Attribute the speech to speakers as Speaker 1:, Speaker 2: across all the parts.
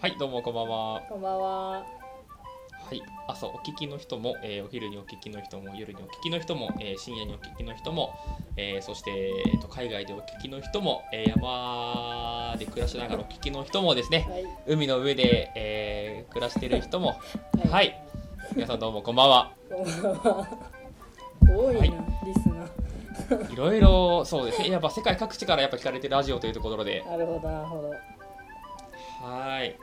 Speaker 1: はい、どうもこんばんは。
Speaker 2: こんばんは。
Speaker 1: はい、朝お聞きの人も、えーお昼にお聞きの人も、夜にお聞きの人も、えー深夜にお聞きの人も、えーそして、えーと海外でお聞きの人も、えー山で暮らしながらお聞きの人もですね、
Speaker 2: はい。。
Speaker 1: 海の上で、えー暮らしてる人も、はいい、皆さんどうもこんばんは。
Speaker 2: こんばんは。多いな、
Speaker 1: はい
Speaker 2: リスナ
Speaker 1: いろいろそうですね、やっぱ世界各地からやっぱ聞かれてるラジオというところで
Speaker 2: ー。、なるほど、なるほど。
Speaker 1: はい。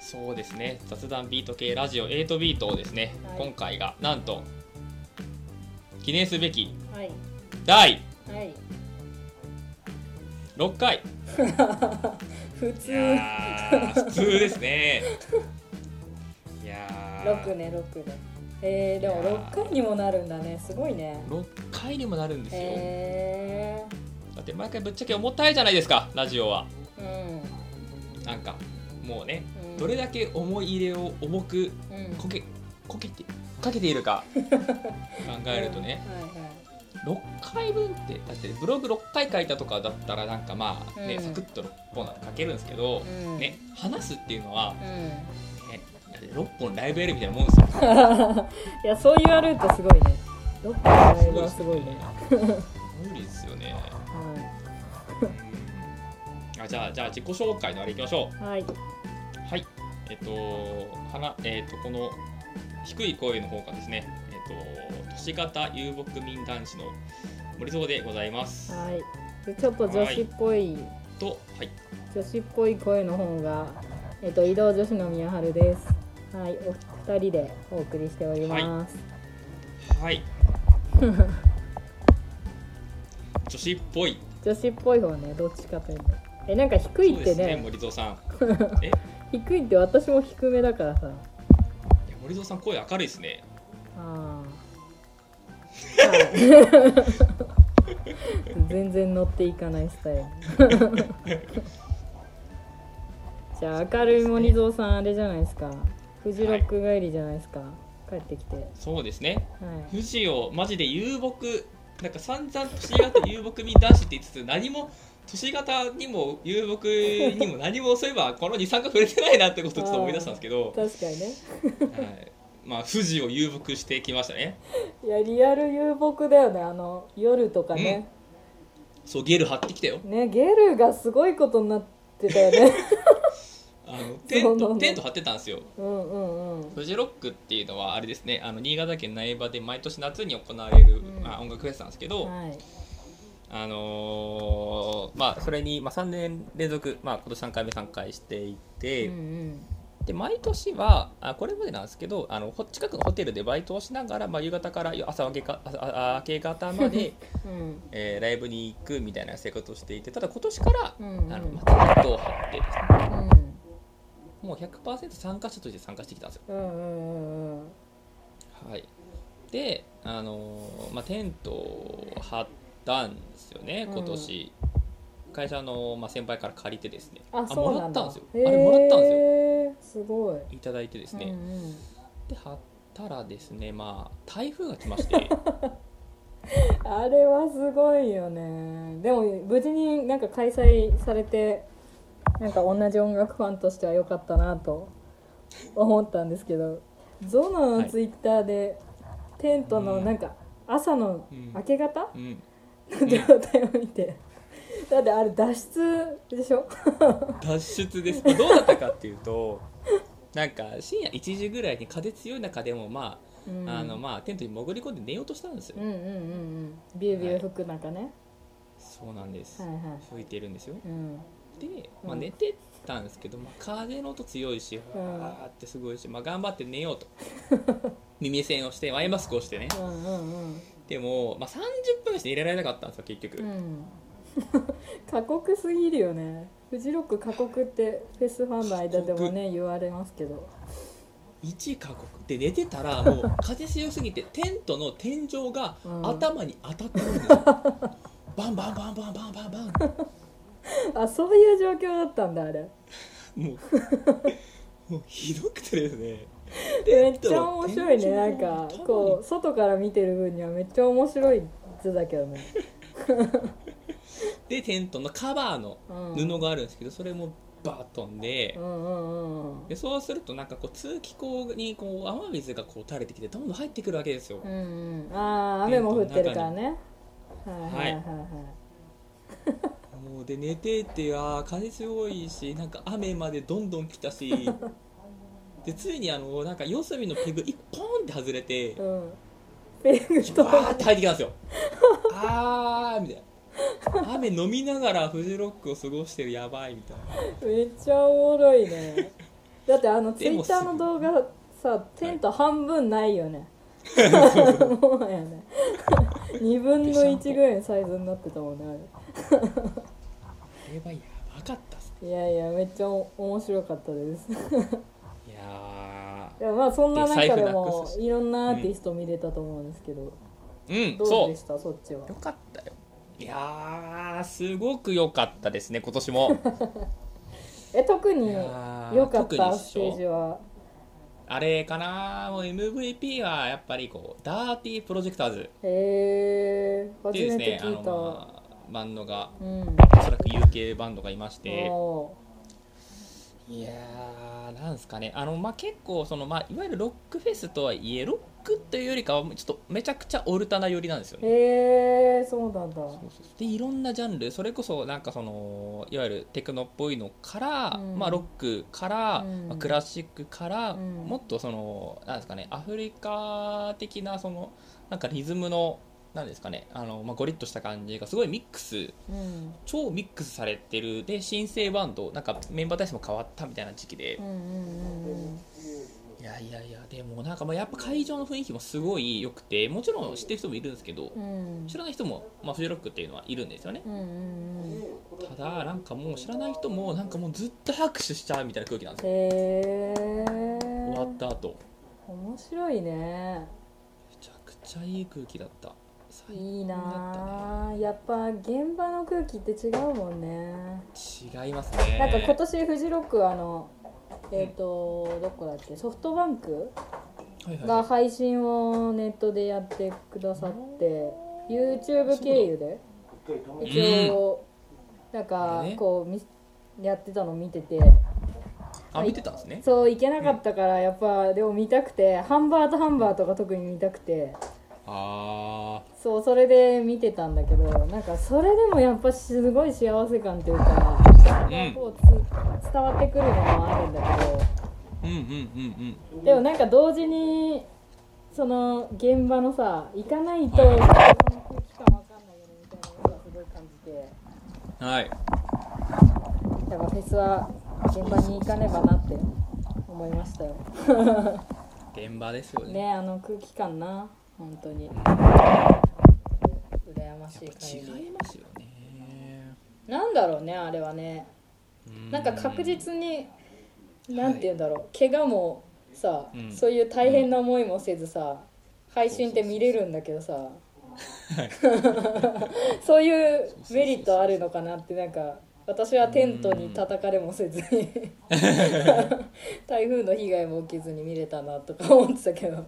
Speaker 1: そうですね。雑談ビート系ラジオ8ビートをですね、
Speaker 2: はい
Speaker 1: 今回がなんと記念すべき
Speaker 2: はい。
Speaker 1: 第
Speaker 2: はい。
Speaker 1: 6回。
Speaker 2: 普
Speaker 1: い
Speaker 2: 通。
Speaker 1: やー普通ですね。いやー
Speaker 2: 六ね、六で。えー、でも
Speaker 1: いやー
Speaker 2: 六回にもなるんだね。すごいね。
Speaker 1: 6回にもなるんですよ、
Speaker 2: へ
Speaker 1: だって毎回ぶっちゃけ重たいじゃないですかラジオは
Speaker 2: えー。
Speaker 1: なんかもうね
Speaker 2: うん。
Speaker 1: どれだけ思い入れを重く
Speaker 2: うん。
Speaker 1: こけこけてかけているか考えるとね、
Speaker 2: うん。はいはい。
Speaker 1: 6回分ってだってブログ6回書いたとかだったらなんかまあね、
Speaker 2: うん
Speaker 1: サクッと6本なんて書けるんですけど、
Speaker 2: うん
Speaker 1: ね話すっていうのは、
Speaker 2: うん。
Speaker 1: ね、6本ライブやるみたいなもんですよ
Speaker 2: いや、そう言われるとすごいね。六回のライブはすごいね。
Speaker 1: 無理ですよね
Speaker 2: う
Speaker 1: あじゃあじゃあ自己紹介のあれいきましょ
Speaker 2: ん。はい。
Speaker 1: うはいえっとはなえっとこの低い声の方がですねえっと都市型遊牧民男子の森蔵でございます
Speaker 2: はい。でちょっと女子っぽい。
Speaker 1: とはい
Speaker 2: 女子っぽい声の方が、えっと、移動女子の宮春です。はい、お二人でお送りしております。
Speaker 1: はい。女子っぽい。
Speaker 2: 女子っぽい方ね、どっちかというと。え、なんか低い
Speaker 1: そう
Speaker 2: っ
Speaker 1: で
Speaker 2: て
Speaker 1: すね、
Speaker 2: ね、
Speaker 1: 森蔵さ ん。え、い
Speaker 2: 低いって私も低めだからさ。
Speaker 1: や森蔵さん声明るいですね。
Speaker 2: あーはい 全然乗っていかないスタイル。 じゃあ明るい森蔵さんあれじゃないですか。フジロック帰りじゃないですか。帰ってき て。はい。
Speaker 1: そうですね。富士をマジで遊牧なんか散々都市型遊牧民男子って言いつつ何も都市型にも遊牧にも何もそういえばこの23回触れてないなってことをちょっと思い出したんですけ ど、
Speaker 2: 確かにね。
Speaker 1: はい、まあ富士を遊牧してきましたね。
Speaker 2: いやリアル遊牧だよねあの夜とかね、
Speaker 1: そうゲル張ってきたよ。
Speaker 2: ねゲルがすごいことになってたよね
Speaker 1: あのテン
Speaker 2: そうな
Speaker 1: ト
Speaker 2: んだ
Speaker 1: テント張ってたんですよ。
Speaker 2: うんうんうん
Speaker 1: フジロックっていうのはあれですねあの新潟県苗場で毎年夏に行われる、
Speaker 2: うん
Speaker 1: まあ、音楽フェスなんですけど、
Speaker 2: はい
Speaker 1: あのーまあそれに、まあ、3年連続、まあ、今年3回目参回していて、
Speaker 2: うんうん
Speaker 1: で毎年はあこれまでなんですけどあのほ近くのホテルでバイトをしながら、まあ、夕方から朝明けか朝あ明け方ま で、
Speaker 2: うん
Speaker 1: えーライブに行くみたいな生活をしていてただ今年から、
Speaker 2: うんうん
Speaker 1: あのまたテントを張ってですね
Speaker 2: うん
Speaker 1: もう100%参加者として参加してきたんですよ。
Speaker 2: うんうんうん
Speaker 1: はい、で、あのーまあ、テントを張ったんですよね
Speaker 2: うん
Speaker 1: 今年、会社の、まあ、先輩から借りてですね
Speaker 2: あそ
Speaker 1: も
Speaker 2: う
Speaker 1: ら
Speaker 2: な
Speaker 1: っ
Speaker 2: ん
Speaker 1: た
Speaker 2: だ
Speaker 1: んですよ、あれもらったんですよ
Speaker 2: すよすごい
Speaker 1: いただいてですね、
Speaker 2: うんうん
Speaker 1: で張ったらですねまあ台風が来まして
Speaker 2: あれはすごいよねでも無事になんか開催されてなんか同じ音楽ファンとしては良かったなと思ったんですけどゾノのツイッターでテントのなんか朝の
Speaker 1: うん
Speaker 2: 明け方
Speaker 1: うん
Speaker 2: の状態を見てだってあれ脱出でしょ
Speaker 1: 脱出ですどうだったかっていうとなんか深夜1時ぐらいに風強い中でもまあ,、あのまあテントに潜り込んで寝ようとしたんですよ、
Speaker 2: うんうんうんうんビュービュー吹く中ね
Speaker 1: そうなんです、
Speaker 2: はいはい
Speaker 1: 吹いてるんですよ
Speaker 2: うん
Speaker 1: で、まあ、
Speaker 2: うん
Speaker 1: 寝てたんですけど、まあ、風の音強いし
Speaker 2: うん
Speaker 1: わーってすごいし、まあ、頑張って寝ようと 耳栓をしてアイマスクをしてね
Speaker 2: うんうんうん
Speaker 1: でも、まあ、30分して入れられなかったんですよ結局、
Speaker 2: うん過酷すぎるよねフジロック過酷ってフェスファンの間でもね言われますけど
Speaker 1: 1過酷で寝てたらもう風強すぎてテントの天井が
Speaker 2: うん
Speaker 1: 頭に当たって るんですよ、バンバンバンバンバンバンバン
Speaker 2: あそういう状況だったんだあれ
Speaker 1: も うもうひどくてですね
Speaker 2: めっちゃ面白いねな
Speaker 1: テ
Speaker 2: ん
Speaker 1: ントの
Speaker 2: かこう外から見てる分にはめっちゃ面白い図だけどね
Speaker 1: でテントのカバーの
Speaker 2: うん
Speaker 1: 布があるんですけどそれもバーッと飛んで
Speaker 2: う、んうんうん
Speaker 1: でそうするとなんかこう通気口にこう雨水がこう垂れてきてどんどん入ってくるわけですよ、
Speaker 2: うんうんああ雨も降ってるからねはいはいはいはい
Speaker 1: もうで寝ててあー風強いしなんか雨までどんどん来た しでついにあのなんか四隅のペグ一ポンって外れて
Speaker 2: うんペグと
Speaker 1: バーって入ってきたんですよあーみたいな雨飲みながらフジロックを過ごしてるやばいみたいな
Speaker 2: めっちゃおもろい ねだってあのツイ
Speaker 1: でも
Speaker 2: ッ
Speaker 1: す
Speaker 2: タ
Speaker 1: ぐ
Speaker 2: ーの動画さテント半分ないよ ね、もうやね2分の1ぐらいのサイズになってたもんねあれ
Speaker 1: あれはやばかったっす
Speaker 2: いやいやめっちゃお面白かったです
Speaker 1: いや
Speaker 2: いやまあそんな中で
Speaker 1: で財布な
Speaker 2: も
Speaker 1: くすし
Speaker 2: いろんなアーティスト見れたと思うんですけど、
Speaker 1: ーうん
Speaker 2: どう
Speaker 1: そ
Speaker 2: でしたそっちは
Speaker 1: うよかったよいやーすごく良かったですね今年 も
Speaker 2: え特に
Speaker 1: いやー
Speaker 2: 良かっ
Speaker 1: 特に
Speaker 2: た
Speaker 1: っ
Speaker 2: ス
Speaker 1: し
Speaker 2: テ
Speaker 1: ょ
Speaker 2: ージは
Speaker 1: あれかなもう MVP はやっぱりこうダーティープロジェクターズ
Speaker 2: へえー、
Speaker 1: っ
Speaker 2: 初
Speaker 1: ていうです
Speaker 2: め
Speaker 1: ね
Speaker 2: て
Speaker 1: あ
Speaker 2: 聞い
Speaker 1: の、
Speaker 2: た、
Speaker 1: まあバンドが
Speaker 2: うん
Speaker 1: おそらく UK バンドがいまして
Speaker 2: お
Speaker 1: いやーなんですかねあの、まあ、結構その、まあ、いわゆるロックフェスとはいえロックというよりかはちょっとめちゃくちゃオルタナ寄りなんですよ
Speaker 2: ー
Speaker 1: ね。
Speaker 2: へえー、そうなんだ
Speaker 1: そうそうそうでいろんなジャンルそれこそなんかそのいわゆるテクノっぽいのから、
Speaker 2: うん
Speaker 1: まあ、ロックから、
Speaker 2: うん
Speaker 1: まあクラシックから、
Speaker 2: うん
Speaker 1: もっとそのなんですかねアフリカ的なそのなんかリズムのなんですかねあの、まあ、ゴリッとした感じがすごいミックス
Speaker 2: うん
Speaker 1: 超ミックスされてるで新生バンドなんかメンバー体制も変わったみたいな時期で。
Speaker 2: うんうんうん
Speaker 1: いやいやいやでもなんかまあやっぱ会場の雰囲気もすごい良くてもちろん知ってる人もいるんですけど
Speaker 2: うん
Speaker 1: 知らない人も、まあ、フジロックっていうのはいるんですよね
Speaker 2: うんうんうんうん
Speaker 1: ただなんかもう知らない人もなんかもうずっと拍手しちゃうみたいな空気なんですよ
Speaker 2: へえ
Speaker 1: 終わっ
Speaker 2: ー、
Speaker 1: た後
Speaker 2: 面白いね
Speaker 1: めちゃくちゃいい空気だった最
Speaker 2: いい
Speaker 1: 高だっ
Speaker 2: なあやっぱ現場の空気って違うもんね
Speaker 1: たね違いますね
Speaker 2: なんか今年フジロックあのえっ、と、どこだっけソフトバンク
Speaker 1: はいはい
Speaker 2: が
Speaker 1: は
Speaker 2: 配信をネットでやってくださって、YouTube 経由で一応、なんか
Speaker 1: あれね
Speaker 2: こうみやってたの見てて
Speaker 1: い、あ見てたんですね
Speaker 2: そう行けなかったからやっぱでも見たくてハンバーとハンバーとか特に見たくて
Speaker 1: あ
Speaker 2: そうそれで見てたんだけどなんかそれでもやっぱすごい幸せ感というか、
Speaker 1: ん
Speaker 2: こうつ伝わってくるのもあるんだけど。
Speaker 1: ーうんうんうん
Speaker 2: でもなんか同時にその現場のさ行かないとそ
Speaker 1: は
Speaker 2: の
Speaker 1: い
Speaker 2: 空気感わかんないよねみたいなのがすごい感じて
Speaker 1: うんはい
Speaker 2: だからフェスは現場に行かねばなって思いましたよ
Speaker 1: 現場ですよね
Speaker 2: ねあの空気感な本当に羨ましい
Speaker 1: 違
Speaker 2: 限り
Speaker 1: いますよね
Speaker 2: なんだろうねあれはね
Speaker 1: う
Speaker 2: なんか確実になんて言うんだろう、怪我もさ、
Speaker 1: うん
Speaker 2: そういう大変な思いもせずさ配信って見れるんだけどさ そういうメリットあるのかなってなんか私はテントに叩かれもせずに台風の被害も受けずに見れたなとか思ってたけど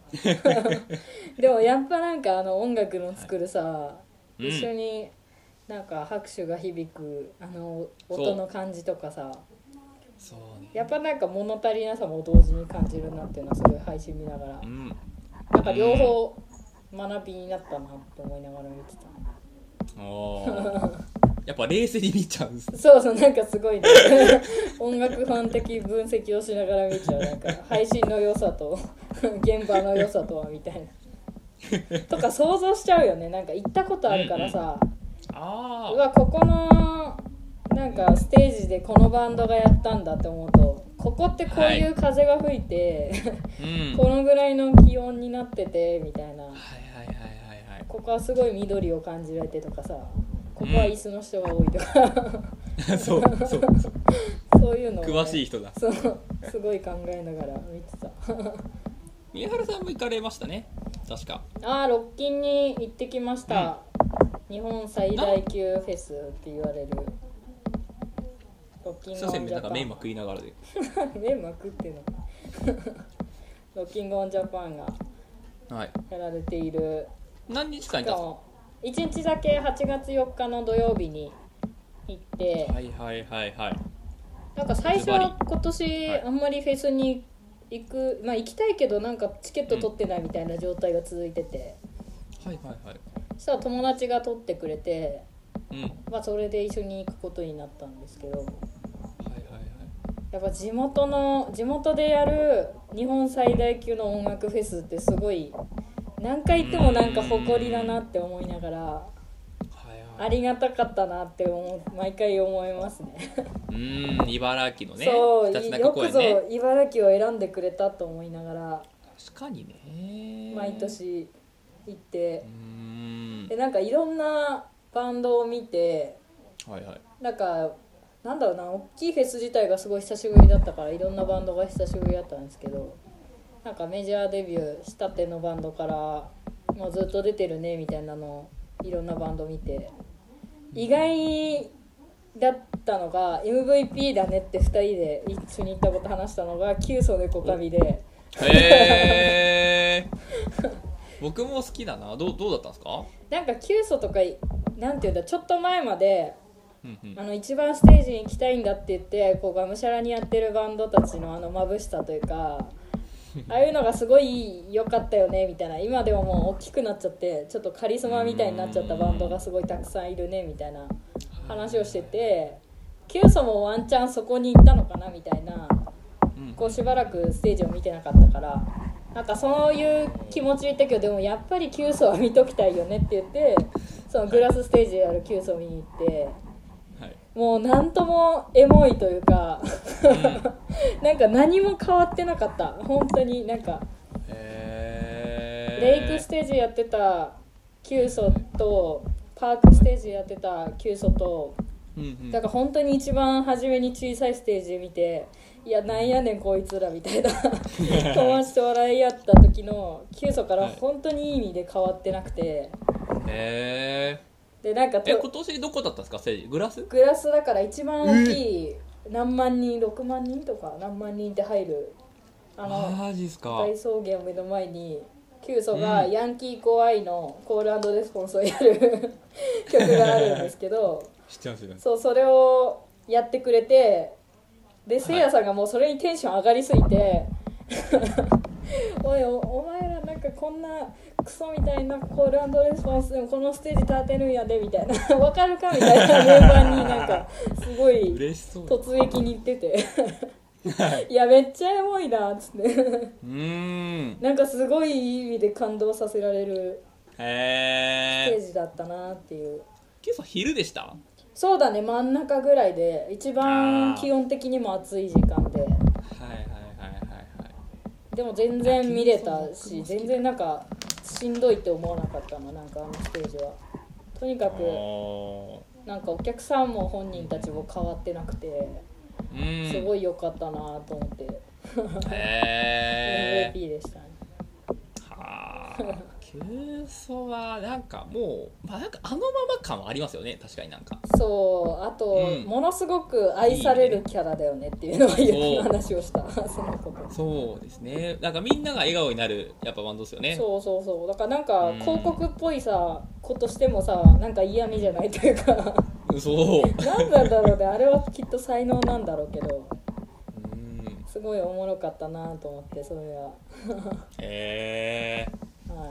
Speaker 2: でもやっぱなんかあの音楽の作るさ、
Speaker 1: うん
Speaker 2: 一緒になんか拍手が響くあの
Speaker 1: そう
Speaker 2: 音の感じとかさ
Speaker 1: そうね
Speaker 2: やっぱなんか物足りなさも同時に感じるなっていうのはすごい配信見ながら
Speaker 1: うん
Speaker 2: なんか両方学びになったなって思いながら見てた
Speaker 1: おー やっぱ冷静に見ちゃうんです
Speaker 2: そうそうなんかすごいね 音楽ファン的分析をしながら見ちゃうなんか配信の良さと現場の良さとはみたいなとか想像しちゃうよねなんか行ったことあるからさ、
Speaker 1: あ
Speaker 2: うわここのなんかステージでこのバンドがやったんだって思うとここってこういう風が吹いて、
Speaker 1: うん
Speaker 2: こ
Speaker 1: はい
Speaker 2: のぐらいの気温になっててみたいな
Speaker 1: はいはいはいはい
Speaker 2: ここはすごい緑を感じられてとかさここは椅子の人が多いとか、
Speaker 1: はい そうそうそう
Speaker 2: そういうのをね、
Speaker 1: 詳しい人だ
Speaker 2: そうすごい考えながら見てた
Speaker 1: 宮原さんも行かれましたね確か
Speaker 2: ああロッキンに行ってきました、日本最大級フェスって言われるロッキン
Speaker 1: すい
Speaker 2: グ
Speaker 1: ま
Speaker 2: オ
Speaker 1: せ
Speaker 2: ン
Speaker 1: ん
Speaker 2: ジ
Speaker 1: なん
Speaker 2: ャ
Speaker 1: か
Speaker 2: パ
Speaker 1: メン
Speaker 2: ン
Speaker 1: マ食いながらで
Speaker 2: 目まくっていうのロッキングオンジャパンが
Speaker 1: はい
Speaker 2: やられている
Speaker 1: 何日間行っ
Speaker 2: しか
Speaker 1: たんで
Speaker 2: も1日だけ8月4日の土曜日に行って、
Speaker 1: すかはいはいはいはい
Speaker 2: なんか最初は今
Speaker 1: はい
Speaker 2: 年あんまりフェスに行く、まあ行きたいけどなんかチケット取ってないみたいな状態が続いてて、
Speaker 1: はいはいはい
Speaker 2: そしたら友達が取ってくれて、
Speaker 1: うんはい
Speaker 2: まあそれで一緒に行くことになったんですけど、
Speaker 1: はいはい
Speaker 2: やっぱ地元の地元でやる日本最大級の音楽フェスってすごい何回行ってもなんか誇りだなって思いながら
Speaker 1: はいは
Speaker 2: あ
Speaker 1: い
Speaker 2: りがたかったなって思う毎回思いますね。
Speaker 1: うーん茨城のね
Speaker 2: そう
Speaker 1: ひたちなか
Speaker 2: よ
Speaker 1: 公
Speaker 2: く
Speaker 1: 園
Speaker 2: ぞ
Speaker 1: ね
Speaker 2: 茨城を選んでくれたと思いながら
Speaker 1: 確かにね
Speaker 2: 毎年行って
Speaker 1: うー、ん
Speaker 2: でなんかいろんなバンドを見て
Speaker 1: はい はい
Speaker 2: なんかなんだろうな大きいフェス自体がすごい久しぶりだったからいろんなバンドが久しぶりだったんですけどなんかメジャーデビューしたてのバンドからもうずっと出てるねみたいなのをいろんなバンド見て意外だったのが MVP だねって2人で一緒に行ったこと話したのが「キュウソネコカミ」で
Speaker 1: へえ僕も好きだなどうどうだったんですか
Speaker 2: なんかキュウソとかなんていうんだちょっと前まで
Speaker 1: うんうん
Speaker 2: あの一番ステージに行きたいんだって言ってこうがむしゃらにやってるバンドたちのあの眩しさという かああいうのがすごい良かったよねみたいな今でももう大きくなっちゃってちょっとカリスマみたいになっちゃったバンドがすごいたくさんいるねみたいな話をしててキュウソもワンチャンそこに行ったのかなみたいな
Speaker 1: うん
Speaker 2: こうしばらくステージを見てなかったからなんかそういう気持ちで言ったけどでもやっぱりキュウソは見ときたいよねって言ってそのグラスステージでやるキュウソを見に行って。
Speaker 1: はい
Speaker 2: もうなんともエモいというか なんか何も変わってなかった本当になんか
Speaker 1: へー
Speaker 2: レイクステージやってたキュウソとパークステージやってたキュウソと
Speaker 1: うんうん
Speaker 2: だから本当に一番初めに小さいステージ見ていやなんやねんこいつらみ たいな友達と笑い合った時のキュウソから本当にいい意味で変わってなくて
Speaker 1: へー
Speaker 2: でなんかと
Speaker 1: え今年どこだったんですかステージグラス
Speaker 2: グラスだから一番大きい何万人6万人とか何万人って入るあの
Speaker 1: マジっすか
Speaker 2: 大草原を目の前にキュウソが
Speaker 1: うん
Speaker 2: ヤンキーコアイのコールレスポンスをやる 曲があるんですけど
Speaker 1: 知ってますよ
Speaker 2: そうそれをやってくれてでせいやさんがもうそれにテンション上がりすぎて 「おいおお前らなんかこんなクソみたいなコールレスポンスでもこのステージ立てるんやで」みたいな「 わかるか?」みたいなメンバーになんかすごい
Speaker 1: 嬉しそう
Speaker 2: 突撃に行ってて 「いやめっちゃエモいな」っつって
Speaker 1: うーん
Speaker 2: なんかすごいいい意味で感動させられるス
Speaker 1: へ
Speaker 2: テー
Speaker 1: え
Speaker 2: ジだったなっていう。
Speaker 1: 今朝昼でした
Speaker 2: そうだね真ん中ぐらいで一番
Speaker 1: あー
Speaker 2: 気温的にも暑い時間で
Speaker 1: はいはいはいはいはい
Speaker 2: でも全然見れた
Speaker 1: い
Speaker 2: し
Speaker 1: や
Speaker 2: 全然なんかしんどいって思わなかったのなんかあのステージはとにかく
Speaker 1: お
Speaker 2: なんかお客さんも本人たちも変わってなくて
Speaker 1: ーうん
Speaker 2: すごい良かったなと思って
Speaker 1: へえ
Speaker 2: MVP でしたね
Speaker 1: はあ急ソはなんかもう、まあ、なんかあのまま感はありますよね確かになんか
Speaker 2: そうあと、
Speaker 1: うん
Speaker 2: ものすごく愛されるキャラだよねっていうのは言
Speaker 1: お
Speaker 2: う
Speaker 1: ー
Speaker 2: 話をした そのこと
Speaker 1: そうですねなんかみんなが笑顔になるやっぱバンドですよね
Speaker 2: そうそうそうだからなん
Speaker 1: う
Speaker 2: か
Speaker 1: ん
Speaker 2: 広告っぽいさことしてもさなんか嫌味じゃないというか
Speaker 1: うそう
Speaker 2: 何なんだろうねあれはきっと才能なんだろうけど
Speaker 1: うん
Speaker 2: すごいおもろかったなと思ってそれは、
Speaker 1: へえ
Speaker 2: はい、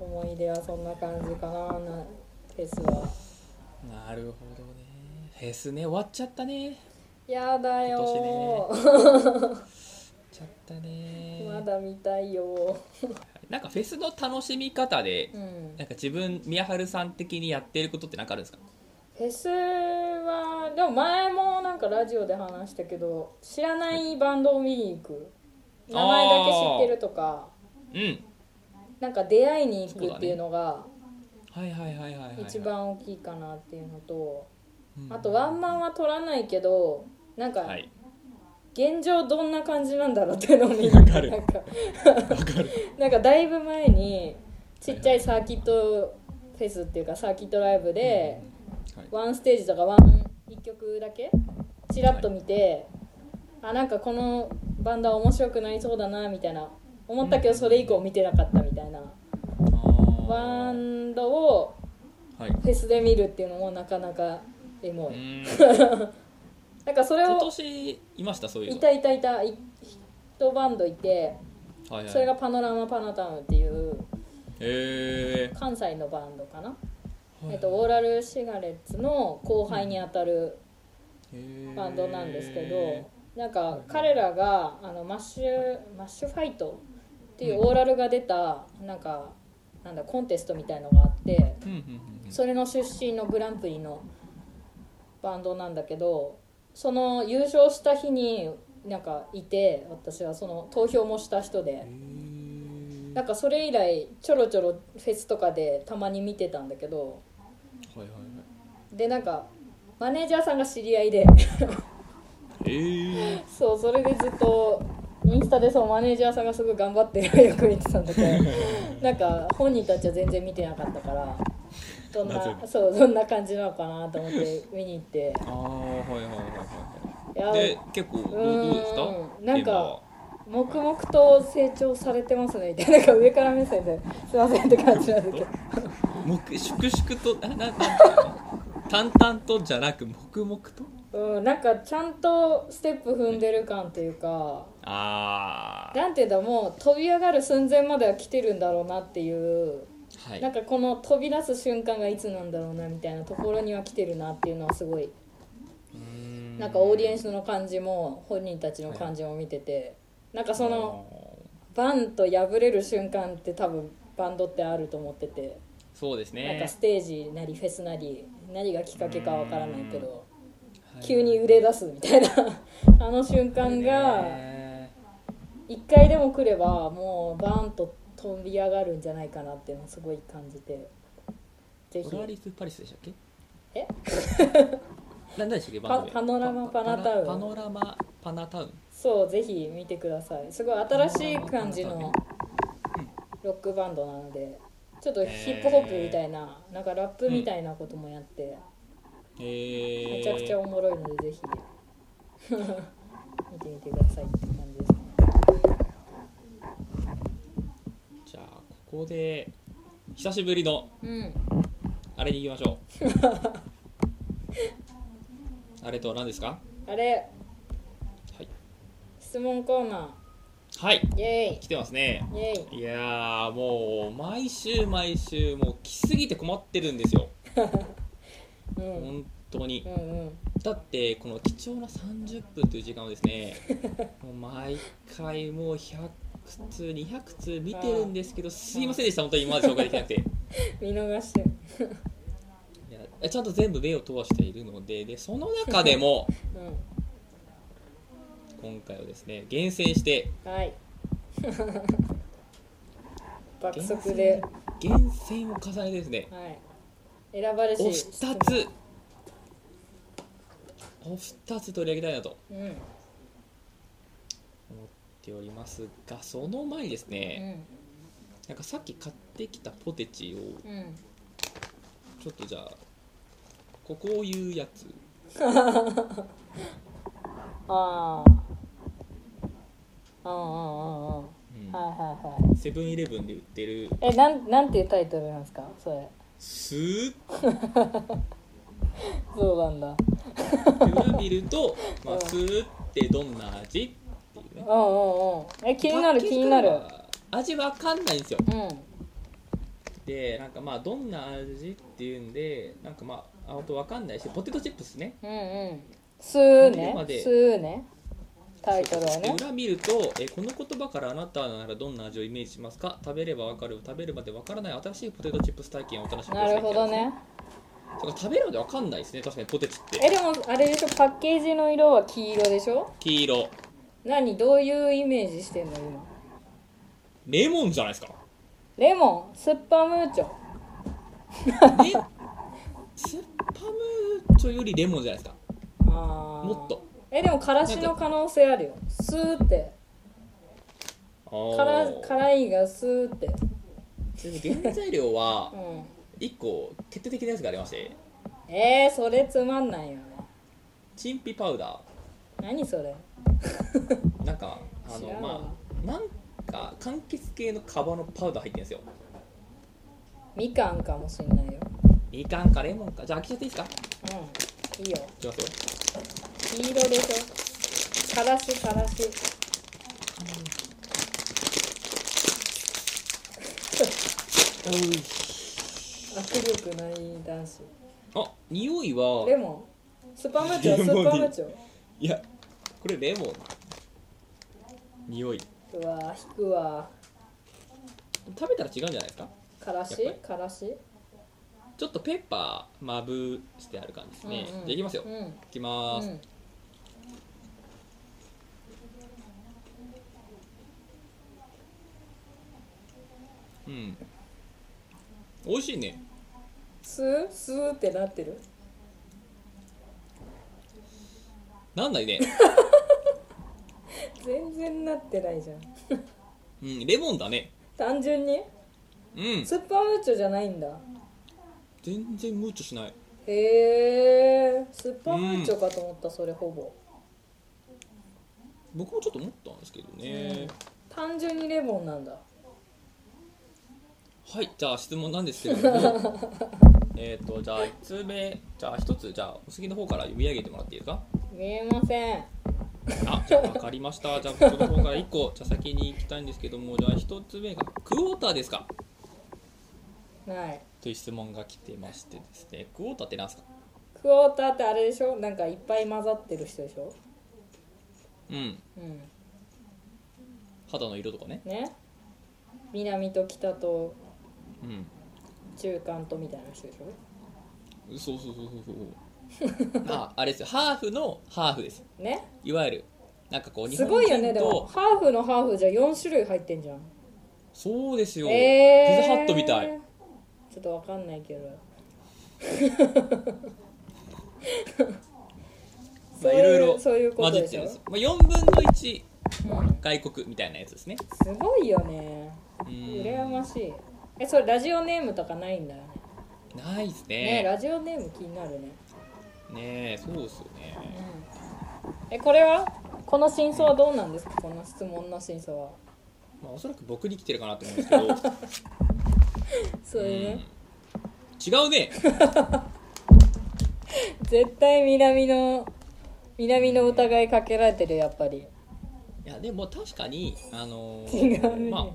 Speaker 2: 思い出はそんな感じかななフェスは
Speaker 1: なるほどねフェスね終わっちゃったね
Speaker 2: やだよー、
Speaker 1: 終わっちゃったね
Speaker 2: まだ見たいよ
Speaker 1: なんかフェスの楽しみ方で
Speaker 2: ー、うん
Speaker 1: なんか自分宮春さん的にやってることって何かあるんですか
Speaker 2: フェスはでも前もなんかラジオで話したけど知らないバンドを見に行く名前だけ知ってるとか
Speaker 1: うん
Speaker 2: なんか出会いに行くっていうのが
Speaker 1: はいはいはいはいはい、はい、
Speaker 2: 一番大きいかなっていうのと
Speaker 1: うん
Speaker 2: あとワンマンは取らないけどなんか
Speaker 1: はい
Speaker 2: 現状どんな感じなんだろうっていうのを見に行く
Speaker 1: わかる
Speaker 2: なんか
Speaker 1: わかる
Speaker 2: なんかだいぶ前にちっちゃいサーキットフェスっていうかサーキットライブで
Speaker 1: はい
Speaker 2: ワンステージとかワン1曲だけちらっと見てあなんかこのバンドは面白くなりそうだなみたいな思ったけどそれ以降見てなかったみたいな
Speaker 1: あー
Speaker 2: バンドを
Speaker 1: はい
Speaker 2: フェスで見るっていうのもなかなかエモ
Speaker 1: う
Speaker 2: い
Speaker 1: ん
Speaker 2: なんかそれ
Speaker 1: 今
Speaker 2: を
Speaker 1: 年いましたそういうの
Speaker 2: いたいたいたい一バンドいて
Speaker 1: はいはい、
Speaker 2: それがパノラマパナタウンっていう
Speaker 1: え
Speaker 2: 関西のバンドかな、
Speaker 1: ー
Speaker 2: えっと、オーラルシガレッツの後輩にあたるバンドなんですけど、なんか彼らがあのマッシュマッシュファイトっていうオーラルが出たなんかなんだコンテストみたいのがあって
Speaker 1: うんうんうんうん
Speaker 2: それの出身のグランプリのバンドなんだけどその優勝した日になんかいて私はその投票もした人で
Speaker 1: へー
Speaker 2: なんかそれ以来ちょろちょろフェスとかでたまに見てたんだけど
Speaker 1: はいはいはい
Speaker 2: でなんかマネージャーさんが知り合いで
Speaker 1: ええ
Speaker 2: そうそれでずっとインスタでそうマネージャーさんがすごい頑張ってるよく見てたんだけ どなんか本人たちは全然見てなかったからどん
Speaker 1: なぜ
Speaker 2: なそうどんな感じなのかなと思って見に行って
Speaker 1: ああはいはいはいはい
Speaker 2: や
Speaker 1: はいで結構どうどうでした
Speaker 2: うんなんか
Speaker 1: 現場は
Speaker 2: 黙々と成長されてますねみた いななんか上から目線ですいませんって感じなんだけど
Speaker 1: 黙粛々となななんていうの淡々とじゃなく黙々と
Speaker 2: うん、なんかちゃんとステップ踏んでる感というか
Speaker 1: ああ
Speaker 2: なんていうんだもう飛び上がる寸前までは来てるんだろうなっていう
Speaker 1: はい
Speaker 2: なんかこの飛び出す瞬間がいつなんだろうなみたいなところには来てるなっていうのはすごいなんかオーディエン
Speaker 1: ス
Speaker 2: スの感じも本人たちの感じも見ててなんかそのバンと破れる瞬間って多分バンドってあると思ってて
Speaker 1: そうですね
Speaker 2: なんかステージなりフェスなり何がきっかけかわからないけど
Speaker 1: はい
Speaker 2: 急に売れ出すみたいな あの瞬間が。
Speaker 1: ね
Speaker 2: 一回でも来ればもうバーンと飛び上がるんじゃないかなっていうのをすごい感じてぜひ
Speaker 1: オラリス・パリスでしたっけ
Speaker 2: え
Speaker 1: 何でしたっけ
Speaker 2: パ
Speaker 1: 番組
Speaker 2: パノラマパナタウン
Speaker 1: パノラマパナタウン
Speaker 2: そうぜひ見てくださいすごい新しい感じのロックバンドなのでちょっとヒップホップみたいななんかラップみたいなこともやって
Speaker 1: えー、
Speaker 2: めちゃくちゃおもろいのでぜひ見てみてくださいって感じですね
Speaker 1: じゃあここで久しぶりの
Speaker 2: うん
Speaker 1: あれに行きましょうあれとは何ですか
Speaker 2: あれ
Speaker 1: はい、
Speaker 2: 質問コーナ
Speaker 1: はい、
Speaker 2: ーイエ
Speaker 1: 来てますね
Speaker 2: ーイイエーイ
Speaker 1: いやーもう毎週毎週もう来すぎて困ってるんですよ
Speaker 2: うん
Speaker 1: 本当に
Speaker 2: うんうん
Speaker 1: だってこの貴重な30分という時間をですねもう毎回もう100通200通見てるんですけどすいませんでした本当に今まで紹介できなくて
Speaker 2: 見逃して
Speaker 1: いやちゃんと全部目を通しているのででその中でも
Speaker 2: う
Speaker 1: 今回はですね厳選して
Speaker 2: んはい爆
Speaker 1: 厳
Speaker 2: 速
Speaker 1: 選
Speaker 2: で、
Speaker 1: 厳選を重ねてですね
Speaker 2: はい、選ばれし
Speaker 1: お二つお二つ取り上げたいなと
Speaker 2: うんうん
Speaker 1: 思っておりますがその前にですね、なんかさっき買ってきたポテチを
Speaker 2: うん
Speaker 1: ちょっとじゃあここを言うやつ
Speaker 2: ああああああ
Speaker 1: うん
Speaker 2: ああはいはいはい
Speaker 1: セブンイレブンで売ってる
Speaker 2: えなんなんていうタイトルなんですかそれ
Speaker 1: スー
Speaker 2: そうなんだ
Speaker 1: って裏見ると、ま
Speaker 2: う
Speaker 1: あ、
Speaker 2: ん
Speaker 1: スーってどんな味っていう
Speaker 2: うん
Speaker 1: ね
Speaker 2: うんうんえ気になる
Speaker 1: パッ
Speaker 2: 気
Speaker 1: ケージ
Speaker 2: になる
Speaker 1: からは味わかんないんですよ
Speaker 2: うん
Speaker 1: でなんかまあどんな味っていうんでなんかまああとわかんないしポテトチップスね
Speaker 2: うんうんすー
Speaker 1: これま
Speaker 2: ね
Speaker 1: です
Speaker 2: ーねタイトルを
Speaker 1: で
Speaker 2: ね
Speaker 1: 裏見ると、えーこの言葉からあなたならどんな味をイメージしますか食べればわかる食べるまでわからない新しいポテトチップス体験をお楽しみくだ
Speaker 2: な
Speaker 1: さい
Speaker 2: るほどね
Speaker 1: そうか食べるまでわかんないですね確かにポテチって
Speaker 2: えでもあれでしょパッケージの色は黄色でしょ
Speaker 1: 黄色
Speaker 2: 何どういうイメージしてんの今
Speaker 1: レモンじゃない ですか
Speaker 2: レモンスッパムーチョ
Speaker 1: ねスッパムーチョよりレモンじゃないですか
Speaker 2: あー
Speaker 1: もっと
Speaker 2: えでもからしの可能性あるよスーってから
Speaker 1: ら
Speaker 2: 辛いがスーって
Speaker 1: 原材料は
Speaker 2: うん
Speaker 1: 1個決定的なやつがありまして
Speaker 2: えー、それつまんないよね
Speaker 1: チンピパウダ
Speaker 2: 何それ
Speaker 1: ーなんかあ
Speaker 2: 知
Speaker 1: の
Speaker 2: らんわ
Speaker 1: まあなんか柑橘系の皮のパウダー入ってるんですよ
Speaker 2: みかんかもしんないよ
Speaker 1: みかんかレモンかじゃあ開けちゃっていいですか
Speaker 2: うんいいよ
Speaker 1: いきますよ
Speaker 2: 黄色でしょからしからし握力ない男子
Speaker 1: あ匂いは
Speaker 2: レモンスパムチョ
Speaker 1: レ
Speaker 2: ス
Speaker 1: モンに
Speaker 2: パムチョ
Speaker 1: いやこれレモン匂いう
Speaker 2: わー引くわ
Speaker 1: 食べたら違うんじゃないですか
Speaker 2: からし
Speaker 1: やっ
Speaker 2: からし
Speaker 1: ちょっとペッパーまぶしてある感じですね、
Speaker 2: うんうん
Speaker 1: じゃあいきますよ、
Speaker 2: う
Speaker 1: い
Speaker 2: ん
Speaker 1: きます、
Speaker 2: うん
Speaker 1: うん。美味しいね。
Speaker 2: スースーってなってる
Speaker 1: なんない ね。
Speaker 2: 全然なってないじゃん
Speaker 1: うん、レモンだね。
Speaker 2: 単純に
Speaker 1: うん。
Speaker 2: スパムチョじゃないんだ
Speaker 1: 全然ムーチョしない。
Speaker 2: へえスパムチョかと思ったそれほぼ
Speaker 1: 僕もちょっと思ったんですけどね。
Speaker 2: 単純にレモンなんだ
Speaker 1: はい、じゃあ質問なんですけども。 えっと、じゃあ1つ目、じゃあ1つ、じゃあお杉の方から読み上げてもらっていいですか
Speaker 2: 見えません
Speaker 1: あ、じゃあ分かりました。じゃあ僕の方から1個、じゃあ先に行きたいんですけども、じゃあ1つ目が、クォーターですか
Speaker 2: ない
Speaker 1: という質問が来てましてですね、クォーターってなんですか
Speaker 2: クォーターってあれでしょなんかいっぱい混ざってる人でしょ
Speaker 1: うん。
Speaker 2: うん
Speaker 1: 肌の色とかね。
Speaker 2: ね南と北と
Speaker 1: うん。
Speaker 2: 中間とみたいな人でしょ
Speaker 1: そうそうそうそう そうああれですよハーフのハーフです
Speaker 2: ね
Speaker 1: いわゆるなんかこう日
Speaker 2: す
Speaker 1: 本
Speaker 2: ごいよね
Speaker 1: 人
Speaker 2: でも
Speaker 1: と
Speaker 2: ハーフのハーフじゃ4種類入ってんじゃん
Speaker 1: そうですよ、
Speaker 2: えー
Speaker 1: ピザハットみたい
Speaker 2: ちょっとわかんないけど そう
Speaker 1: まあいろいろ
Speaker 2: そういうこと
Speaker 1: 混じ
Speaker 2: で
Speaker 1: って
Speaker 2: し
Speaker 1: る
Speaker 2: ょ
Speaker 1: んです、まあ、4分の1
Speaker 2: うん
Speaker 1: 外国みたいなやつですね
Speaker 2: すごいよね
Speaker 1: うーん
Speaker 2: 羨ましいえそれラジオネームとかないんだよね
Speaker 1: ないです
Speaker 2: ね
Speaker 1: ね
Speaker 2: ラジオネーム気になるね、
Speaker 1: ねえそうですよ
Speaker 2: うん
Speaker 1: ね、
Speaker 2: えこれはこの真相はどうなんですかこの質問の真相は
Speaker 1: まあ、おそらく僕に来てるかなと思うんですけど
Speaker 2: そういうね、
Speaker 1: うん違うね
Speaker 2: 絶対南の南の疑いかけられてるやっぱり
Speaker 1: いやでも確かにあのー
Speaker 2: 違う ね、
Speaker 1: まあ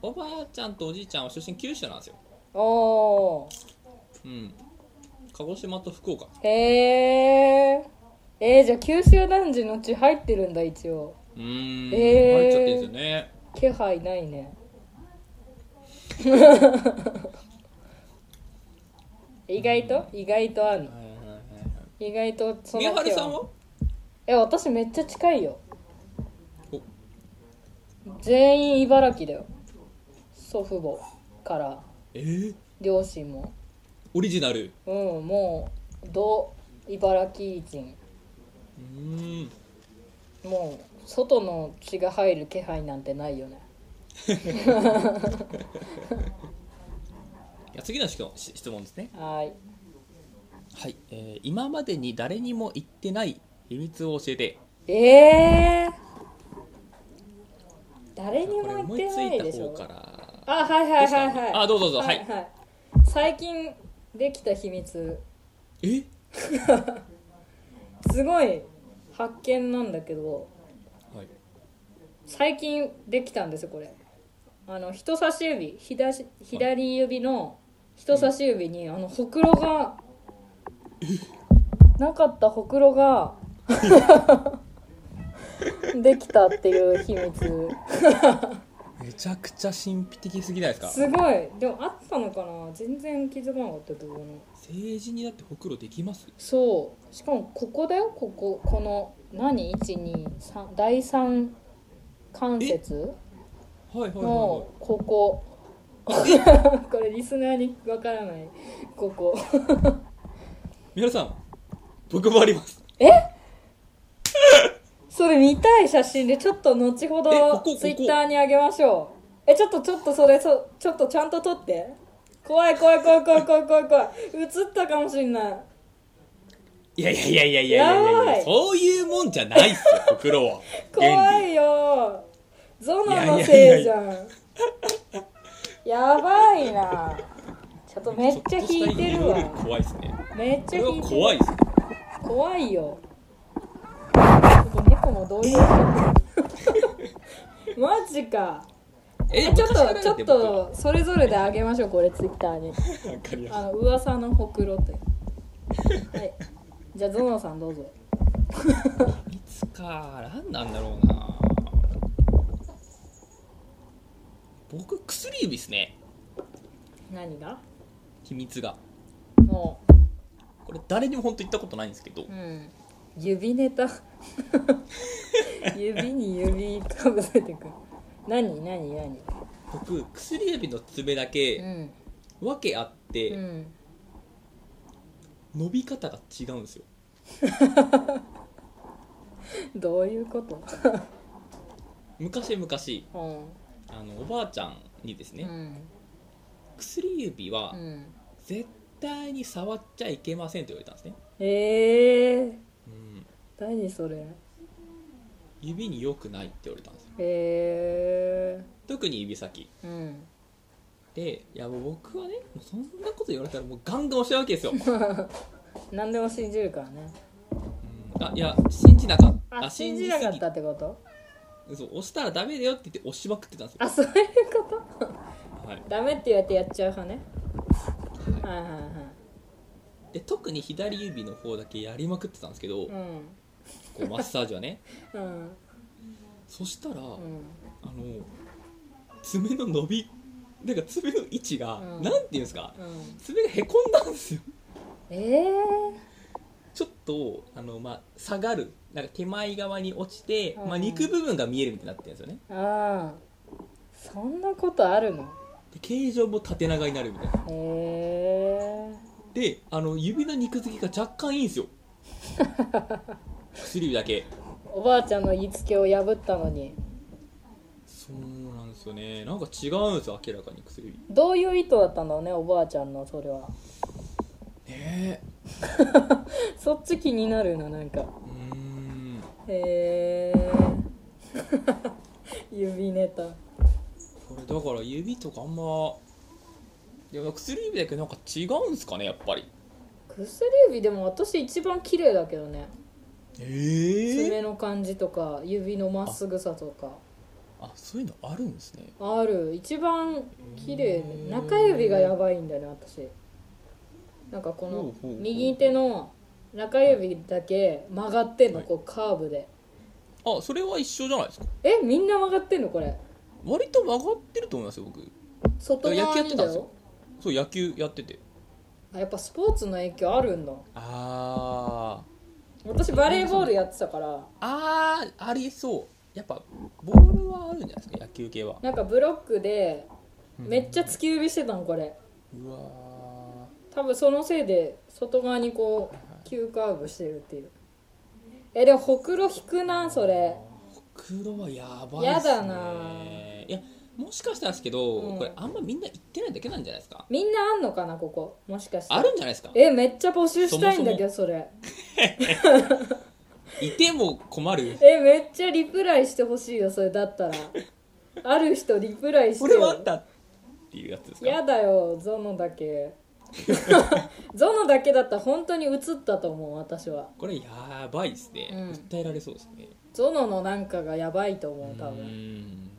Speaker 1: おばあちゃんとおじいちゃんは出身九州なんですよ
Speaker 2: おー
Speaker 1: うん鹿児島と福岡
Speaker 2: へええー、じゃあ九州男児のうち入ってるんだ一応
Speaker 1: うーん、
Speaker 2: えー
Speaker 1: 入っちゃってるんですよね。
Speaker 2: 気配ないね 意外と意外とあるの
Speaker 1: はいはいはいはい
Speaker 2: 意外とそん
Speaker 1: 宮
Speaker 2: な気
Speaker 1: 原さ
Speaker 2: は
Speaker 1: んは？
Speaker 2: え私めっちゃ近いよ
Speaker 1: お
Speaker 2: 全員茨城だよ祖父母から
Speaker 1: えー、
Speaker 2: 両親も
Speaker 1: オリジナル。
Speaker 2: うんもうど茨城人
Speaker 1: うーん。
Speaker 2: もう外の血が入る気配なんてないよね
Speaker 1: いや次の質問し質問ですね。
Speaker 2: はい
Speaker 1: はい、えー今までに誰にも言ってない秘密を教えて。
Speaker 2: えー、誰に
Speaker 1: これ思
Speaker 2: も言っ
Speaker 1: い
Speaker 2: て
Speaker 1: つ
Speaker 2: ないで
Speaker 1: い
Speaker 2: したょ
Speaker 1: 方から。
Speaker 2: あはいはいはい
Speaker 1: です
Speaker 2: はい
Speaker 1: かあどうぞどうぞはい
Speaker 2: はい、最近できた秘密
Speaker 1: え？
Speaker 2: すごい発見なんだけど
Speaker 1: はい。
Speaker 2: 最近できたんですよこれあの人差し指左左指の人差し指にあのほくろがなかったほくろが できたっていう秘密
Speaker 1: めちゃくちゃ神秘的すぎないですか？
Speaker 2: すごいでもあったのかな全然気づかなかったけどね
Speaker 1: 政治にだってほくろできます？
Speaker 2: そうしかもここだよこここの何123第3関節
Speaker 1: はいはいはい、は
Speaker 2: のここ これリスナーにわからないここ
Speaker 1: い。皆さん、僕もあります。
Speaker 2: それ見たい写真でちょっと後ほ
Speaker 1: えここ
Speaker 2: ど
Speaker 1: ここ
Speaker 2: ツイッターにあげましょうえちょっとちょっとそれそちょっとちゃんと撮って怖い怖い怖い怖い怖い怖い怖い映ったかもしんない
Speaker 1: いやいやいやいやいやいやい
Speaker 2: や
Speaker 1: や
Speaker 2: ばい
Speaker 1: そういうもんじゃないっす よ、ほくろは。
Speaker 2: 怖いよゾノのせいじゃんやばいなちょっとめっちゃ引いてる
Speaker 1: ちょっとした色々
Speaker 2: わ
Speaker 1: 怖いですね。
Speaker 2: めっ
Speaker 1: こ
Speaker 2: ちゃ
Speaker 1: れは
Speaker 2: 引いてる
Speaker 1: 怖いですね。
Speaker 2: 怖いよクも同情しちゃって るマジか
Speaker 1: え
Speaker 2: ちょっ
Speaker 1: 昔から
Speaker 2: とちょ
Speaker 1: だ
Speaker 2: っ
Speaker 1: て僕
Speaker 2: とそれぞれであげましょうこれツイッターに
Speaker 1: わかりやすい
Speaker 2: あの噂のほくろというはいじゃあゾノさんどうぞ
Speaker 1: いつか何なんだろうな僕薬指ですね
Speaker 2: 何が
Speaker 1: 秘密が
Speaker 2: も
Speaker 1: これ誰にも本当言ったことないんですけど
Speaker 2: う、うん、指ネタ指に指かぶせてくる何何何
Speaker 1: 僕薬指の爪だ
Speaker 2: う
Speaker 1: け
Speaker 2: ん
Speaker 1: 訳あっ
Speaker 2: う
Speaker 1: て
Speaker 2: ん
Speaker 1: 伸び方が違うんですよ
Speaker 2: どういうこと
Speaker 1: 昔々
Speaker 2: うん
Speaker 1: あのおばあちゃんにです
Speaker 2: う
Speaker 1: ね
Speaker 2: ん
Speaker 1: 薬指は
Speaker 2: うん
Speaker 1: 絶対に触っちゃいけませんと言われたんですね、
Speaker 2: えー、
Speaker 1: うん、
Speaker 2: 何それ
Speaker 1: 指に良くないって言われたんですよ
Speaker 2: え
Speaker 1: 特に指先
Speaker 2: ー、うん
Speaker 1: でいやもう僕はねもうそんなこと言われたらもうガンガン押しちゃうわけですよ
Speaker 2: 何でも信じるからね
Speaker 1: うんあいや信じなかった
Speaker 2: あ信じなかった
Speaker 1: た
Speaker 2: ってこと
Speaker 1: そう押したらダメだよって言って押しまくってたんですよ
Speaker 2: あそういうこと
Speaker 1: はい
Speaker 2: ダメって言われてやっちゃう派ね
Speaker 1: は
Speaker 2: はいはいはい
Speaker 1: い、で特に左指の方だけやりまくってたんですけど、
Speaker 2: う
Speaker 1: こ
Speaker 2: ん
Speaker 1: うマッサージは ね
Speaker 2: うん
Speaker 1: そしたら、
Speaker 2: うん
Speaker 1: あの爪の伸びなんか爪の位置が、
Speaker 2: うん
Speaker 1: なんていうんですか
Speaker 2: うん
Speaker 1: 爪がへこんだんですよ
Speaker 2: ええ
Speaker 1: ちょっとあの、まあ、下がるなんか手前側に落ちて、ま
Speaker 2: う
Speaker 1: あ、
Speaker 2: ん
Speaker 1: 肉部分が見えるみたいになってるんですよね
Speaker 2: ー、ああそんなことあるの
Speaker 1: で形状も縦長になるみたいな
Speaker 2: へえ
Speaker 1: であの指の肉付きが若干いいん ですよ薬指だけ
Speaker 2: おばあちゃんの言いつけを破ったのに
Speaker 1: そうなんですよねなんか違うんですよ明らかに薬指
Speaker 2: どういう意図だったんだろうねおばあちゃんのそれは
Speaker 1: ねえ
Speaker 2: そっち気になるななんか
Speaker 1: うーん
Speaker 2: へえ 指ネタ
Speaker 1: これだから指とかあんまでも薬指だけなんか違うんすかねやっぱり
Speaker 2: 薬指でも私一番綺麗だけどね
Speaker 1: ええ
Speaker 2: 爪の感じとか指のまっすぐさとか
Speaker 1: あそういうのあるんですね
Speaker 2: ある一番綺麗
Speaker 1: うん
Speaker 2: 中指がやばいんだよね私なんか
Speaker 1: ほ
Speaker 2: こ
Speaker 1: うほ
Speaker 2: の
Speaker 1: うほう
Speaker 2: 右手の中指だけ曲がってんの
Speaker 1: はい
Speaker 2: こうカーブで
Speaker 1: あそれは一緒じゃないですか
Speaker 2: えみんな曲がってんのこれ
Speaker 1: 割と曲がってると思いますよ僕
Speaker 2: 外
Speaker 1: 野球
Speaker 2: 側
Speaker 1: やって
Speaker 2: に
Speaker 1: た
Speaker 2: だ
Speaker 1: んですよ
Speaker 2: よ
Speaker 1: そう野球やってて
Speaker 2: あやっぱスポーツの影響あるんだ
Speaker 1: あー
Speaker 2: 私バレーボールやってたから
Speaker 1: あーありそうやっぱボールはあるんじゃないですか野球系は
Speaker 2: なんかブロックでめっち
Speaker 1: ゃ
Speaker 2: ゃ突き指してたのこれ
Speaker 1: うわ
Speaker 2: 多分そのせいで外側にこ
Speaker 1: は
Speaker 2: う急カーブしてるっていうえでもほくろ引くなそれ
Speaker 1: 黒はやばいっすね
Speaker 2: やだない
Speaker 1: やもしかしたらですけど、
Speaker 2: うん
Speaker 1: これあんまみんな言ってないだけなんじゃないですか
Speaker 2: みんなあんのかなここもしかして
Speaker 1: あるんじゃないです か
Speaker 2: えめっちゃ募集したいんだけどそれ
Speaker 1: いても困る
Speaker 2: えめっちゃリプライしてほしいよそれだったらある人リプライして
Speaker 1: こ
Speaker 2: よ
Speaker 1: れはあったっていうやつですか
Speaker 2: やだよゾノ だけゾノだけだったら本当に映ったと思う私は
Speaker 1: これやばいですね、
Speaker 2: うん
Speaker 1: 訴えられそうですね
Speaker 2: ゾノのなんかがやばいと思う多
Speaker 1: うー
Speaker 2: 分
Speaker 1: ん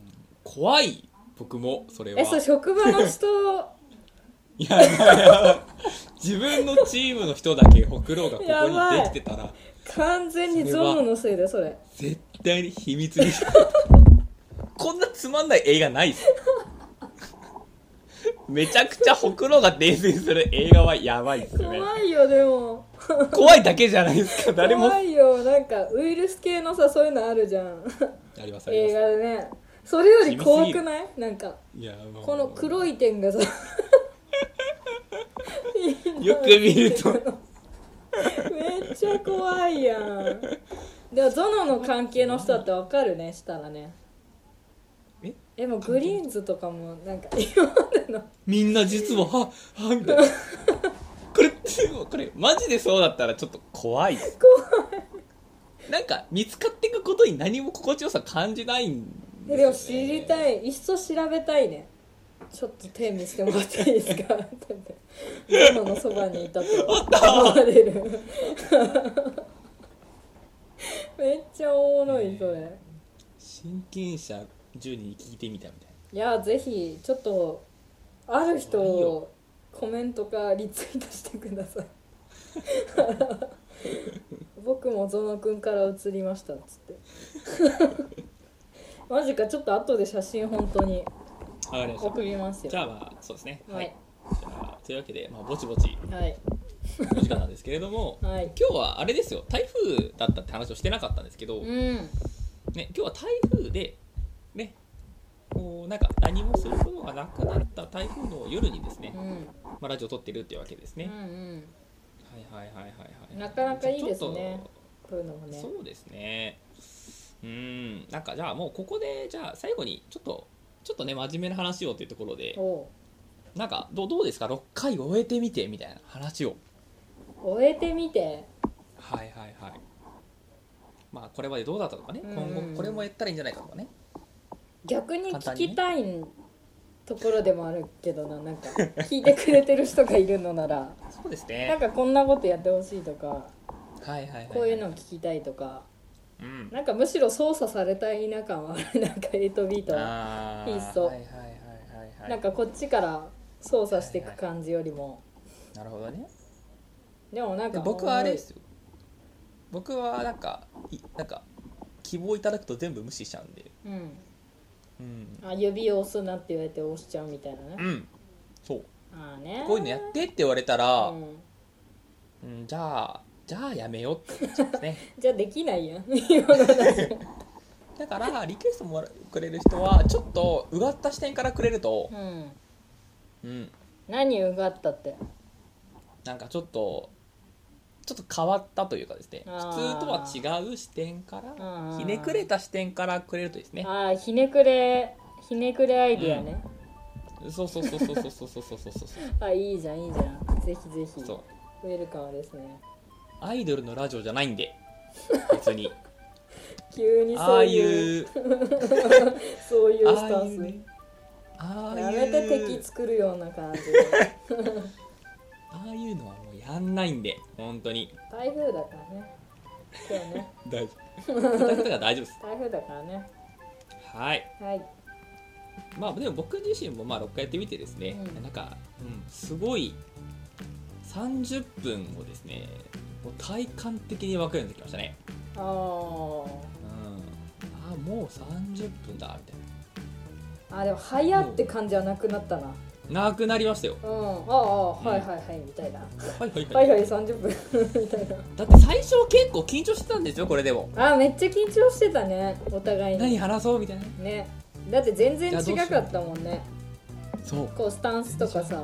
Speaker 1: 怖い僕もそれは
Speaker 2: えそう職場の人
Speaker 1: いやいやいや自分のチームの人だけほくろがこ
Speaker 2: や
Speaker 1: こ
Speaker 2: ば
Speaker 1: に
Speaker 2: い
Speaker 1: できてたら
Speaker 2: 完全にゾノのせいでそれ
Speaker 1: 絶対に秘密にしこんなつまんない映画ないっすめちゃくちゃほくろが伝染する映画はやばいっすね
Speaker 2: 怖いよでも
Speaker 1: 怖いだけじゃないですか誰も
Speaker 2: 怖いよなんかウイルス系のさそういうのあるじゃん
Speaker 1: ありますあり
Speaker 2: 映
Speaker 1: ま
Speaker 2: 画でねそれより怖くないなんか
Speaker 1: すいやもう
Speaker 2: この黒い点がさ
Speaker 1: よく見ると
Speaker 2: めっちゃ怖いやんでもゾノの関係の人だってわかるねしたらね
Speaker 1: え
Speaker 2: えもうグリーンズとかもなんか今までの
Speaker 1: みんな実はははみたいなこれこれマジでそうだったらちょっと怖い怖いなんか見つかっていくことに何も心地よさ感じないん
Speaker 2: え
Speaker 1: です
Speaker 2: で
Speaker 1: よ、
Speaker 2: も
Speaker 1: ね、
Speaker 2: 知りたいいっそ調べたいねちょっと手見せてもらっていいです かだってゾノのそばにいたと思われるめっちゃおもろいそれ
Speaker 1: 親近者10人に聞いてみたみたい
Speaker 2: いやぜひちょっとある人をコメントかリツイートしてください 僕もゾノ君から移りましたっつって マジかちょっと後で写真本当に
Speaker 1: なわかりまし
Speaker 2: 送ります
Speaker 1: た
Speaker 2: よ
Speaker 1: じゃあまあそうですね
Speaker 2: はい
Speaker 1: じゃあというわけで、まあ、ぼちぼち
Speaker 2: はい
Speaker 1: お時間なんですけれども
Speaker 2: はい
Speaker 1: 今日はあれですよ台風だったって話をしてなかったんですけど、
Speaker 2: う
Speaker 1: ね、
Speaker 2: ん
Speaker 1: 今日は台風でねこうなんか何もすることがなくなった台風の夜にですね
Speaker 2: う、ん
Speaker 1: まあ、ラジオ撮ってるっていうわけです
Speaker 2: うんう
Speaker 1: ね、
Speaker 2: ん
Speaker 1: はいはいはいはいはい
Speaker 2: なかなかいいで
Speaker 1: ちょ
Speaker 2: すね
Speaker 1: っと
Speaker 2: こういうのもね
Speaker 1: そうですね。うーん、なんかじゃあもうここでじゃあ最後にちょっとちょっとね真面目な話をっていうところで、
Speaker 2: おう
Speaker 1: なんかどうどうですか6回終えてみてみたいな話を。
Speaker 2: 終えてみて
Speaker 1: はいはいはい。まあこれまでどうだったとかね、
Speaker 2: うん
Speaker 1: 今後これもやったらいいんじゃないかとかね。
Speaker 2: 逆に
Speaker 1: 簡
Speaker 2: 聞
Speaker 1: 単にね
Speaker 2: きたいところでもあるけどななんか聞いてくれてる人がいるのなら
Speaker 1: そうです
Speaker 2: なん
Speaker 1: ね。
Speaker 2: かこんなことやってほしいとか
Speaker 1: はいはいはい、
Speaker 2: こういうのを。聞きたいとか
Speaker 1: うん。
Speaker 2: なんかむしろ操作されたい田舎は なんか8と b と
Speaker 1: あー
Speaker 2: いいっすよ
Speaker 1: はいはいはいはいはい。
Speaker 2: なんかこっちから操作していく感じよりも
Speaker 1: なるほどね。
Speaker 2: でもなん
Speaker 1: で
Speaker 2: か
Speaker 1: 僕はあれですよ。僕はなんかいなんか希望いただくと全部無視しちゃうんで。
Speaker 2: うん
Speaker 1: うん。
Speaker 2: あ指を押すなって言われて押しちゃうみたいな
Speaker 1: う
Speaker 2: ね
Speaker 1: ん。そう。
Speaker 2: ああね
Speaker 1: こういうのやってって言われたら
Speaker 2: う、ん
Speaker 1: うん、じゃあ、じゃあやめようってなっちゃうんですね。
Speaker 2: じゃあできないやん今の話
Speaker 1: だから、リクエストもらくれる人は、ちょっとうがった視点からくれると
Speaker 2: う、ん
Speaker 1: うん、
Speaker 2: 何うがったって
Speaker 1: なんかちょっと、ちょっと変わったというかですね、普
Speaker 2: あー
Speaker 1: 通とは違う視点か
Speaker 2: うんう
Speaker 1: ら、
Speaker 2: ん
Speaker 1: ひねくれた視点からくれるとですね、
Speaker 2: ああひねくれひねくれアイディアね、
Speaker 1: そうそうそうそうそうそうそうそうそうそう
Speaker 2: あいいじゃんいいじゃんぜひぜひ
Speaker 1: そう、
Speaker 2: ウェルカムですね
Speaker 1: アイドルのラジオじゃないん で、別に、
Speaker 2: 急に
Speaker 1: あ
Speaker 2: そ
Speaker 1: あ
Speaker 2: う
Speaker 1: い
Speaker 2: いう
Speaker 1: う、
Speaker 2: そういう
Speaker 1: あ
Speaker 2: スタ
Speaker 1: あ
Speaker 2: ン
Speaker 1: い
Speaker 2: ス
Speaker 1: うね、ああ
Speaker 2: や
Speaker 1: いう、
Speaker 2: めて敵作るような感じ
Speaker 1: ああいうのはもうやんないんで、本当に。
Speaker 2: 台風だからね今日ね
Speaker 1: 大丈 夫。叩くことが大丈夫です。
Speaker 2: 台風だからね
Speaker 1: はい。
Speaker 2: はい
Speaker 1: まあでも僕自身もまあ6回やってみてですね、
Speaker 2: うん
Speaker 1: なんか、うん、すごい30分をですね、もう体感的に分かるようになってきましたね。
Speaker 2: あー
Speaker 1: うん。あもう30分だみたい
Speaker 2: あでも早って感じはなくなったな
Speaker 1: な。なくなりましたよ。
Speaker 2: うんああはいはいはいみたいな、
Speaker 1: はいはいは。
Speaker 2: はいいはい30分みたいな
Speaker 1: だって最初結構緊張してたんですよ、これでも。
Speaker 2: あーめっちゃ緊張してたねお互い
Speaker 1: 何
Speaker 2: に
Speaker 1: 話そうみたいな。
Speaker 2: ねだって全然
Speaker 1: いやどうしよ
Speaker 2: 違
Speaker 1: う
Speaker 2: かったもんね
Speaker 1: そう。
Speaker 2: こうスタンスとかさ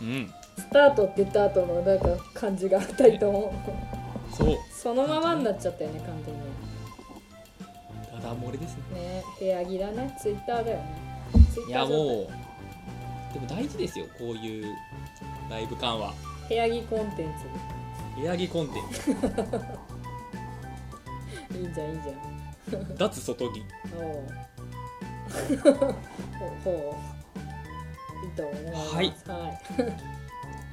Speaker 1: うん。
Speaker 2: スタートって言った後のなんか感じが2人とも
Speaker 1: そう。
Speaker 2: そのままになっちゃったよね完全に
Speaker 1: ただ漏れですね。
Speaker 2: ね部屋着だねツイッターだよねツイ
Speaker 1: い
Speaker 2: ッタ
Speaker 1: や
Speaker 2: ー状態
Speaker 1: もう、でも大事ですよ、こういうライブ感は。
Speaker 2: 部屋着コンテン
Speaker 1: エアギコンテンツ、
Speaker 2: ツいいじゃんいいじゃ
Speaker 1: 脱外着。
Speaker 2: んおう ほほういいと思います
Speaker 1: はい
Speaker 2: は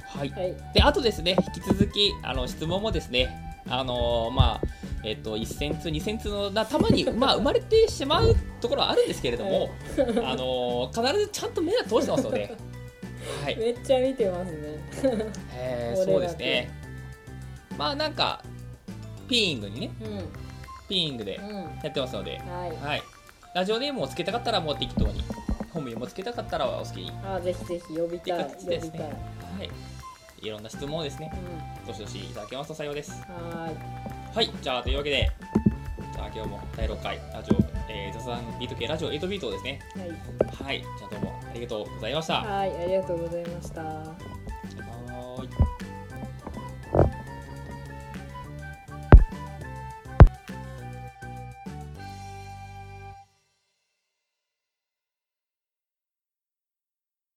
Speaker 1: はい
Speaker 2: い、。はい、
Speaker 1: で、あとですね、引き続き、あの、質問もですね、あのーまあ、えっと、1000通、2000通のな、たまに、まあ、生まれてしまうところはあるんですけれども、あのー必ずちゃんと目は通してますので、はい。
Speaker 2: めっちゃ見てますね
Speaker 1: えーそうですね。まあ、なんか、ピーイングにね、
Speaker 2: うん
Speaker 1: ピーイングで
Speaker 2: うん
Speaker 1: やってますので、
Speaker 2: はい
Speaker 1: はい。ラジオネームをつけたかったら、もう適当に。本名もつけたかったら、お好きに。は
Speaker 2: あぜひぜひ呼びたい
Speaker 1: って形
Speaker 2: 呼び
Speaker 1: で
Speaker 2: た
Speaker 1: す
Speaker 2: い、
Speaker 1: ねい。いろんな質問をですね、どしどしいただけますと幸いです。
Speaker 2: うんはーい
Speaker 1: はい、じゃあというわけで、じゃあ今日も第6回ラジオ、えー、雑談ビート系ラジオ8ビートですね。
Speaker 2: はい
Speaker 1: はい、じゃあどうもありがとうございました。は
Speaker 2: はい、ありがとうございました。
Speaker 1: ーい。